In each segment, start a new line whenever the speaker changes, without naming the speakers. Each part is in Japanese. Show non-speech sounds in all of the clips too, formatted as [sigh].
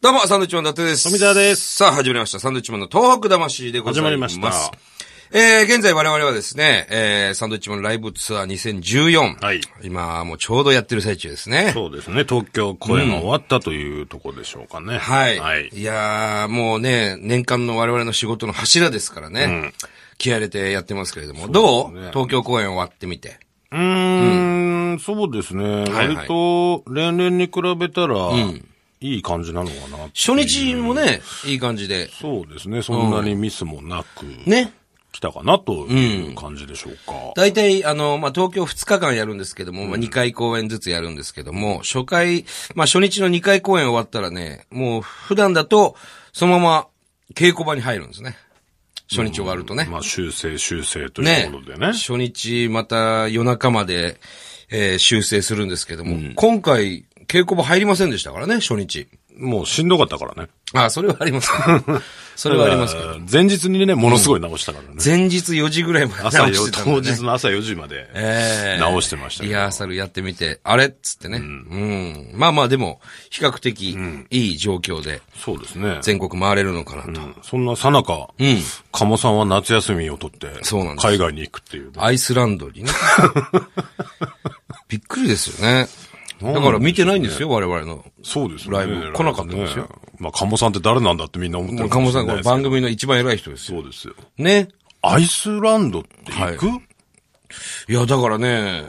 どうも、サンドウィッチマン伊達です。
富澤です
さあ、始まりました。サンドウィッチマンの東北魂でございます。
始まりました
えー、現在我々はですね、えー、サンドウィッチマンライブツアー2014。
はい
今、もうちょうどやってる最中ですね。
そうですね。東京公演が終わったというところでしょうかね。
はい。、
はいい。
やー、もうね、年間の我々の仕事の柱ですからね。気合入れてやってますけれども。どう
ね
東京公演終わってみて。
うーん、そうですね。
いはい
割と、例年に比べたら、いい感じなのかな。
初日もね、いい感じで。
そうですね。そんなにミスもなく、
ね。
来たかなという感じでしょうか。
大体、あの、まあ、東京2日間やるんですけども、まあ、2回公演ずつやるんですけども、初回、まあ、初日の2回公演終わったらね、もう普段だと、そのまま稽古場に入るんですね。初日終わるとね。
まあ、修正、修正とい
ね
うことでね。
初日また夜中まで、えー修正するんですけども、今回、稽古場入りませんでしたからね、初日。
もうしんどかったからね。
ああ、それはあり
[laughs]
ます、ね。それはありますけど。
だから前日にね、ものすごい直した
[laughs]
からね。
前日4時ぐらいまで
朝
直
よ
してたんだ
当
ね
日の朝4時まで
ええ
直してましたけ
リ
ど
ハーサルやってみて、あれっつってね。うん。まあまあでも、比較的いい状況で
そうですね。
全国回れるのかなと。
そんなさなか、鴨さんは夏休みを取って、
そうなんです
海外に行くっていうね。
アイスランドに
[laughs]
ね。びっくりですよね。だから見てないんですよ、我々の。
そうですね。
ライブ来なかったんですよ
ね。まあ、鴨さんって誰なんだってみんな思ってる
岡
か
本
もし
さ
れ
ん、
な
こ
い
れ
ですけど
番組の一番偉い人ですよ。
そうですよ。
ね。
アイスランドって行く、
いや、だからね、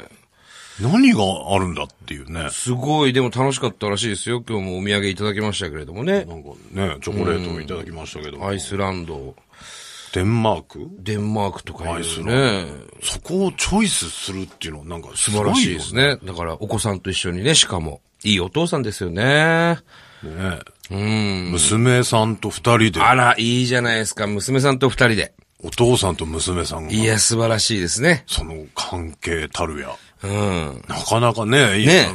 何があるんだっていうね。
すごい、でも楽しかったらしいですよ。今日もお土産いただきましたけれどもね
な。んかね、チョコレートをいただきましたけど、
アイスランド、
デンマーク
デンマークとか
アイ
い
ス
う
ラン
ね。
そこをチョイスするっていうのはなんかす
素晴
ご
らしい
いよ
ですね。だから、お子さんと一緒にね、しかも。いいお父さんですよね。
ね。娘さんと二人で、
あら、いいじゃないですか。娘さんと二人で。
お父さんと娘さんが
い、や、素晴らしいですね。
その関係たるや。
うん。
なかなかね、いい
ね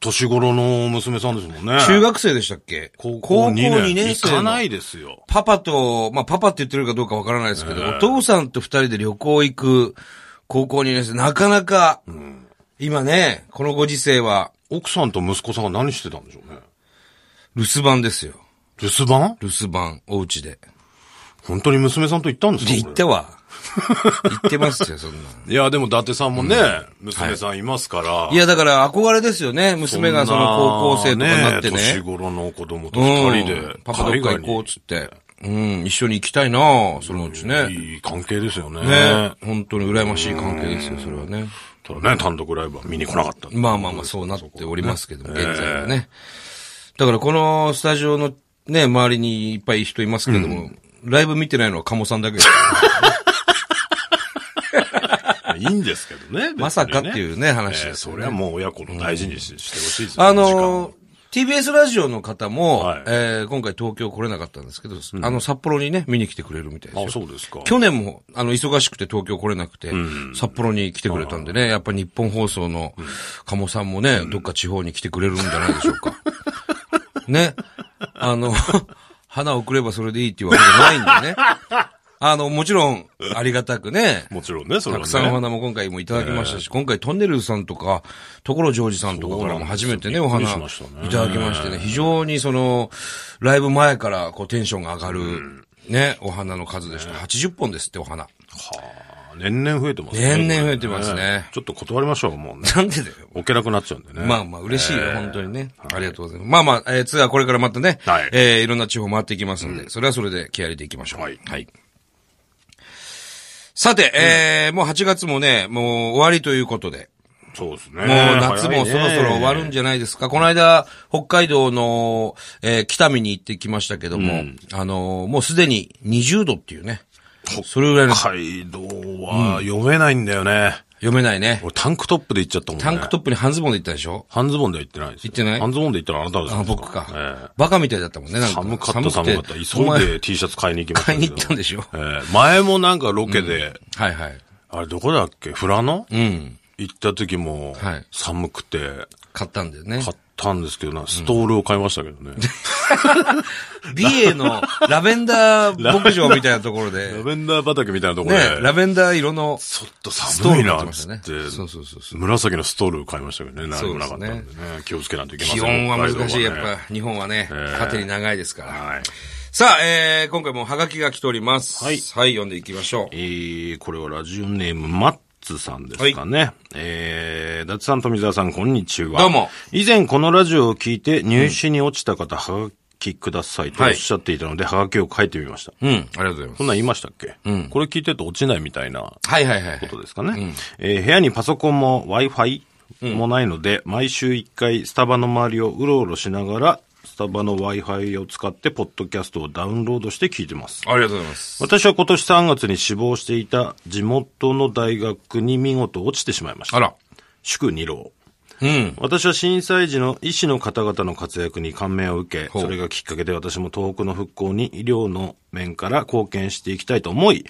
年頃の娘さんですもんね。
中学生でしたっけ
高
高校
校2
2
年
年
行
生
か
の
ないですよ。
パパと、まあ、パパって言ってるかどうかわからないですけど、お父さんと二人で旅行行く高校2年生、なかなか、今ね、このご時世は、
奥さんと息子さんが何してたんでしょうね。
留守番ですよ。
留守番
留守番、お家で。
本当に娘さんと行ったんですか
で、行っ
こ
たわ。 [laughs] 行ってますよ、そんな。
れいや、でも伊達さんもね、娘さんいますから。
いや、だから憧れですよね。娘がその高校生とかになってね。
そんな年頃の子供と
うん
二人で、
パパどっか行こうっつって。うん、一緒に行きたいなそのうちね。
いい関係ですよね。
ね本当に羨ましい関係ですよ、それはね。
ただね、単独ライブは見に来なかったんで。
まあまあまあ、そうなっておりますけども、現在はね。だからこのスタジオのね、周りにいっぱい人いますけども、ライブ見てないのは鴨さんだけ
[laughs]
です。
いいんですけどね。別にね
まさかっていうね、話
え
で
え
す
そ
よ
れ
ね。
はもう親子の大事にししてほしいですよ
あ
時間
の
を、
TBS ラジオの方も、
はい
えー今回東京来れなかったんですけど、あの、札幌にね、見に来てくれるみたいですよ
あ、そうですか。
去年も、あの、忙しくて東京来れなくて、札幌に来てくれたんでね、やっぱ日本放送の鴨さんもね、どっか地方に来てくれるんじゃないでしょうか。 [laughs] ね。あの、 [laughs] 花をくればそれでいいっていうわけじゃないんでね。あの、もちろん、ありがたくね。
もちろんね、そ
た
れはね。
くさんお花も今回もいただきましたし、今回トンネルズさんとか、ところジョージさんとかからも初めてね、
そう
お
なん
花
です
い
よ
た
びっくりしましたね
だきましてね、非常にその、ライブ前からこうテンションが上がる、ね、お花の数でした。80本ですってお花。
はあ、年々増えてます
年々増えてますね
ちょっと断りましょう、もうね。
なんでだよ。
お [laughs] けなくなっちゃうんでね。
[laughs] まあまあ、嬉しいよ、本当にね。ありがとうございます。まあまあ、えー、ツアーこれからまたね、
はい
えーいろんな地方回っていきますんで、それはそれで気合い入れていきましょう。
はい
さて、えーもう8月もね、もう終わりということで、
そうですね。
もう夏もそろそろ終わるん
じ
じゃないですか。この間、北海道の、えー北見に行ってきましたけども、あのーもうすでに20度っていうね。それぐらいの、
北海道は読めないんだよね。
読めないね。
俺タンクトップで行っちゃったもんね。
タンクトップに半ズボンで行ったでしょ
半ズボンでは行ってないですよ。
行ってない
半ズボンで行ったらあなたです
あ
よ
僕か、
え
バカみたいだったもんね、な
え
んか。
寒かった寒かった。
寒くて
急
お前
いで T シャツ買いに行きました
買い
け
に
ど。
行ったんでしょ
ええ前もなんかロケで、
はいはい。
あれどこだっけフラノ
うん。
行った時も
はい、
寒くて、
買ったんだよね。
買ったんですけどな、ストールを買いましたけどね。
美瑛のラベンダー牧場みたいなところで、
[laughs] [laughs]
ね、
ラベンダー畑みたいなところで。
ラベンダー色の
ち
ス
ょっ
ト
と
ー
寒
ル
い
になっ
な
て
っ
まし
つ
た
っ
ね。
て、
そうそうそうそう。
紫のストール買いましたけどね、何もなかったんでね
そうで
気をつけないといけません
気
よ
温は難しい。やっ。
北海道はね
ぱ、日本はね、縦に長いですから。
はい。
さあ、えー、今回もハガキが来ております。
はい
読んでいきましょ
えー、これはラジオネーム、マッツさんですかね。えー、ダチさん、富澤さん、こんにちは。
どうも。
以前このラジオを聞いて、入試に落ちた方、はがきくださいとおっしゃっていたので、はがきを書いてみました。
う。うん、ありがとうございま
こ
す。
んなん言いましたっけうん。これ聞いてると落ちないみたいな
はいはいはい。
ことですかね。えー部屋にパソコンも Wi-Fi もないので、毎週一回スタバの周りをうろうろしながら、スタバの Wi-Fi を使って、ポッドキャストをダウンロードして聞いてます。
ありがとうございます。
私は今年3月に死亡していた地元の大学に見事落ちてしまいました。
あら。
祝二郎。
うん。
私は震災時の医師の方々の活躍に感銘を受け、
ほう
それがきっかけで私も東北の復興に医療の面から貢献していきたいと思い、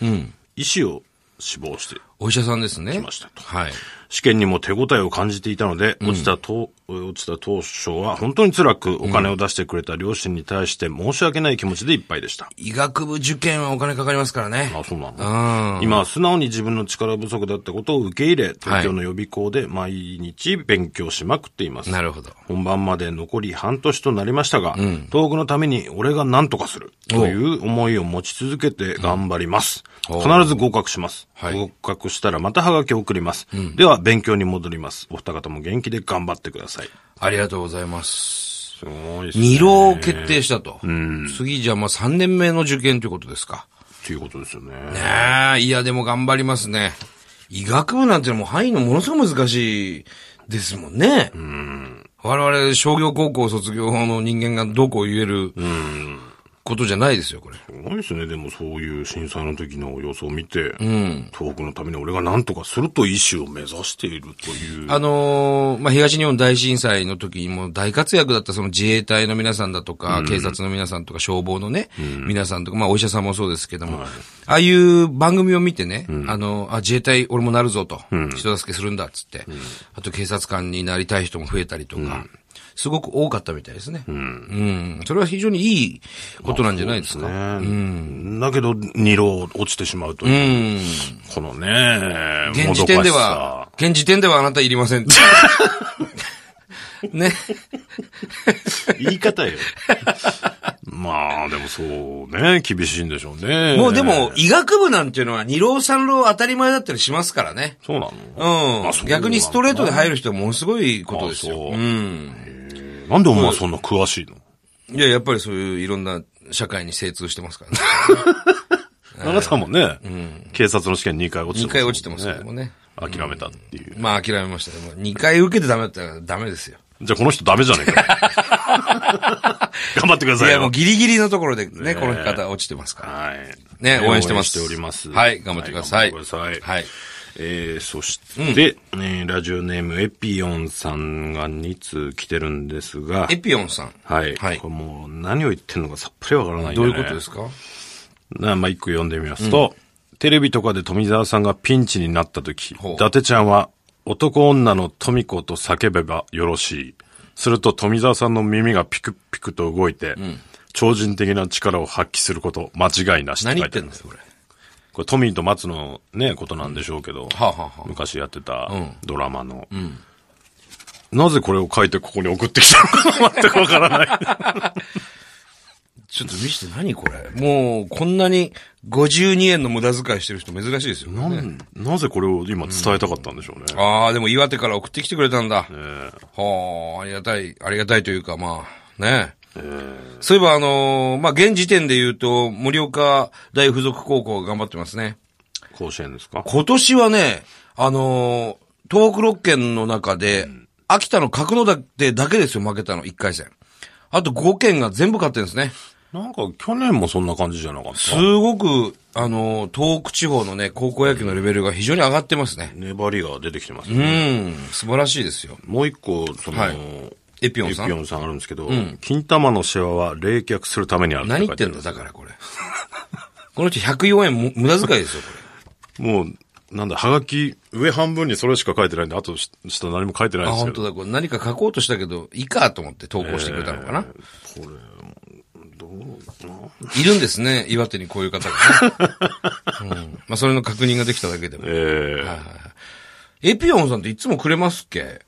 医師を志望して
お医者さんですね。来
ましたと
はい。
試験にも手応えを感じていたので、落ちたと、落ちた当初は本当に辛くお金を出してくれた両親に対して申し訳ない気持ちでいっぱいでした。
医学部受験はお金かかりますからね。
あ、そうな
う
の今は素直に自分の力不足だったことを受け入れ、東京の予備校で毎日勉強しまくっています。
なるほど。
本番まで残り半年となりましたが、東北のために俺が何とかするという思いを持ち続けて頑張ります。
うん
必ず合格します、
はい
合格したらまたハガキを送ります。では勉強に戻ります。お二方も元気で頑張ってください。
ありがとうございます。
すごいですね。
二浪決定したと。次じゃあまあ3年目の受験ということですか。
ということですよね。
ねえ、いやでも頑張りますね。医学部なんてのも範囲のものすごく難しいですもんね。我々商業高校卒業の人間がどうこう言えることじゃないですよ、これ。
すごいですね。でもそういう震災の時の様子を見て、東北のために俺が何とかすると意思を目指しているという。
あのーまあ、東日本大震災の時にも大活躍だったその自衛隊の皆さんだとか、警察の皆さんとか、消防のね、皆さんとか、まあ、お医者さんもそうですけども、ああいう番組を見てね、あの、あ、自衛隊俺もなるぞと、人助けするんだっつって、あと警察官になりたい人も増えたりとか、すごく多かったみたいですね。うん。それは非常にいいことなんじゃないですか。
ね。だけど、二郎落ちてしまうという。このね、
現時
も
点
どか
で
しさ
は。、現時点ではあなたいりませ [laughs] ん。ね。
言い
[laughs]
方よ。まあ、でもそうね、厳しいんでしょうね。
もうでも、、医学部なんていうのは二郎三郎当たり前だったりしますからね。
そうな
う
の
ん。
あそう
逆にストレートで入る人はものすごいことです
あ
よ。
そ
う
う
ん。
なんでお前そんな詳しいの
いや、やっぱりそういういろんな社会に精通してますからね。
あなたもね、警察の試験2回落ちて
2
ま
回
すもんね。
落ちてますけどもね。
諦めたっていう。
まあ諦めましたけど。2回受けてダメだったらダメですよ。
じゃあこの人ダメじゃねえかよ。
[laughs]
頑張ってくだ
い
さいよ。
や、もうギリギリのところでね、この方落ちてますから。
はい。
ね応援してます
応援しております。
はい頑張ってください
頑張ってください。
はい。
えー、そして、えーラジオネームエピオンさんが2通来てるんですが
エ、ピオンさん。
はい。
はい
これもう何を言ってんのかさっぱりわからないん
ど
で
う
ね、
いうことですか
なまあ、一個読んでみますと、テレビとかで富澤さんがピンチになった時、
ほう
伊達ちゃんは男女の富子と叫べばよろしい。すると富澤さんの耳がピクピクと動いて、超人的な力を発揮すること間違いなし
何言
書い
って
あ
んの
ります
それ。
これトミーと松のね、ことなんでしょうけ
は
ど、
あはあはあ
昔やってた
ん
ドラマの、なぜこれを書いてここに送ってきたのかな全くわからない。
[laughs] ちょっと見せて何これ。もう、こんなに52円の無駄遣いしてる人珍しいですよ、ね。
なんなぜこれを今伝えたかったんでしょうね。
ああ、でも岩手から送ってきてくれたんだ。はあ、ありがたい、ありがたいというか、まあ、ねそういえば、あのーまあ、現時点で言うと、盛岡大附属高校が頑張ってますね。
甲子園ですか
今年はね、あのー東北6県の中で、秋田の角野岳だけですよ、負けたの、1回戦。あと5県が全部勝ってるんですね。
なんか去年もそんな感じじゃなかった。
すごく、あのー東北地方のね、高校野球のレベルが非常に上がってますね。
粘りが出てきてます
う
ね。
ん、素晴らしいですよ。
もう一個、その、
はいエピオン
エ
さ
ピオ
ん。
ンさんあるんですけど、金玉のシワは冷却するためにある
何言ってん [laughs]
の
のだからこれ。この人104円も無駄遣いですよ、こ
もう、なんだ、はがき、上半分にそれしか書いてないんで、あとし下何も書いてない
あ、
んです
本
け
当
ど。
だ。これ何か書こうとしたけど、いいかと思って投稿してくれたのかな。
これ、
いるんですね。岩手にこういう方 [laughs] が、ね。うん。まあ、それの確認ができただけでも。
ええ
エピオンさんっていつもくれますっけ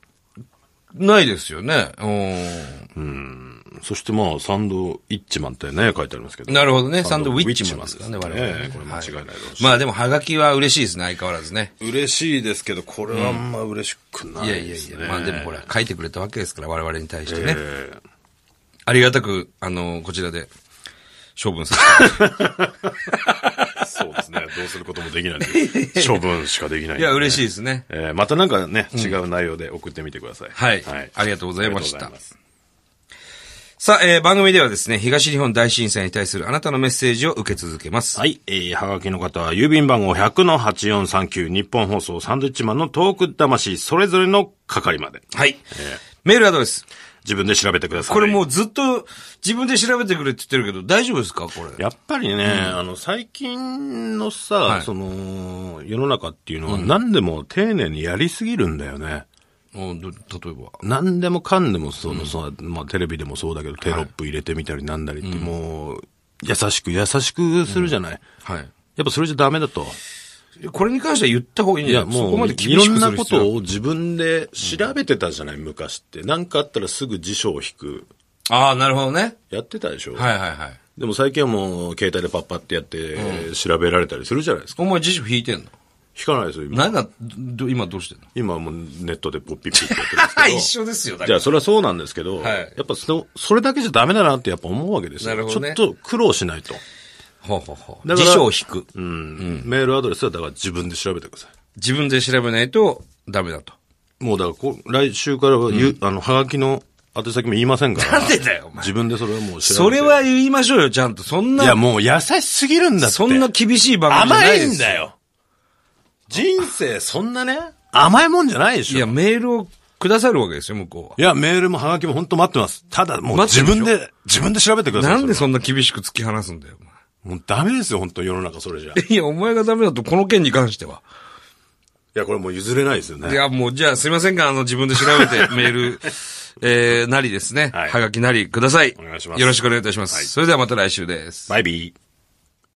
ないですよね。う
そしてまあ、サンドイッチマンってね、書いてありますけど。
ん。なるほどね。サンドウィッチマンですからね、
サン
我
ドウィッ
々ね。
チマンですねこれ間違いないだろうし
まあでも、ハガキは嬉しいですね、相変わらずね。
嬉しいですけど、これはあんま嬉しくない
やいやいや、まあでもほ [laughs] ら、書いてくれたわけですから、我々に対してね。ありがたく、あの、こちらで、処分させ
そうですね。どうすることもで
[laughs]
きないんで。処分しかできないんでね、
て。いや、嬉しいですね。
えーまたなんかね、違う内容で送ってみてください。
はいありがとうございました
ありがとうございす
さあ、えー番組ではですね、東日本大震災に対するあなたのメッセージを受け続けます。
はい。えー、はがきの方は、郵便番号100-8439、日本放送サンドイッチマンのトーク魂、それぞれの係まで。
はい。メールアドレス。
自分で調べてください。
これもうずっと自分で調べてくれって言ってるけど、大丈夫ですかこれ。
やっぱりね、あの、最近のさ、
い
その、世の中っていうのは、何でも丁寧にやりすぎるんだよね。
うんど例えば。
何でもかんでも、その、さ、まあ、テレビでもそうだけど、テロップ入れてみたりなんだりって、もう、優しく優しくするじゃない。
はい。
やっぱそれじゃダメだと。
これに関しては言った方がいいん
い
じゃ
や、
ないそ
も
こま
う、
で
い
厳
ろ
しく
ん
す
な
る
こ
必要
とを自分で調べてたじゃない、昔って。なんかあったらすぐ辞書を引く。
ああ、なるほどね。
やってたでしょ、
はいはいはい。
でも最近はもう、携帯でパッパってやって、調べられたりするじゃないですか。
お前辞書引いてんの
引かないですよ、今。
何が、ど今どうしてんの
今はもうネットでポッピッピッってやってる [laughs] んですけど。
緒ですよ、だ
じゃあ、それはそうなんですけど、
はい
やっぱその、それだけじゃダメだなってやっぱ思うわけですよ。
なるほどね
ちょっと苦労しないと。
ほうほうほう。
だか
辞
ら
書を引く。
うん。メールアドレスは、だから自分で調べてくださ
自分で調べないとダメだと。
い。もうだからこう、来週からは、ゆあの、はがきの宛先も言いませんから。
なんでだよお前
自分でそれはもう調べて。
それは言いましょうよ、ちゃんと。そん
いや、
な、
もう優しすぎるんだって。
そんな厳しい番組じゃな
甘
いです
いんだよ。人生そんなね、甘いもんじゃないでし
い
ょ。い
や、
や、
メールをくださるわけですよ、向こう
メールもはがきも本当待ってます。ただもう
待
自
ってる
分で、自分で調べてくだ
は。
さい。
なんで
そ
そんな厳しく突き放すんだよ、お前
れもうダメですよ、本当世の中それじゃ。い
いや、お前がダメだと、この件に関しては。
や、これもう譲れないですよ
い
ね。
や、もう、じゃあ、すいませんが、あの、自分で調
[laughs]
べて、メール、えー、なりですね。
は
はいがきなりください。
お願いします
よろしくお願いいたします。
はい
それではまた来週です。
バイビー。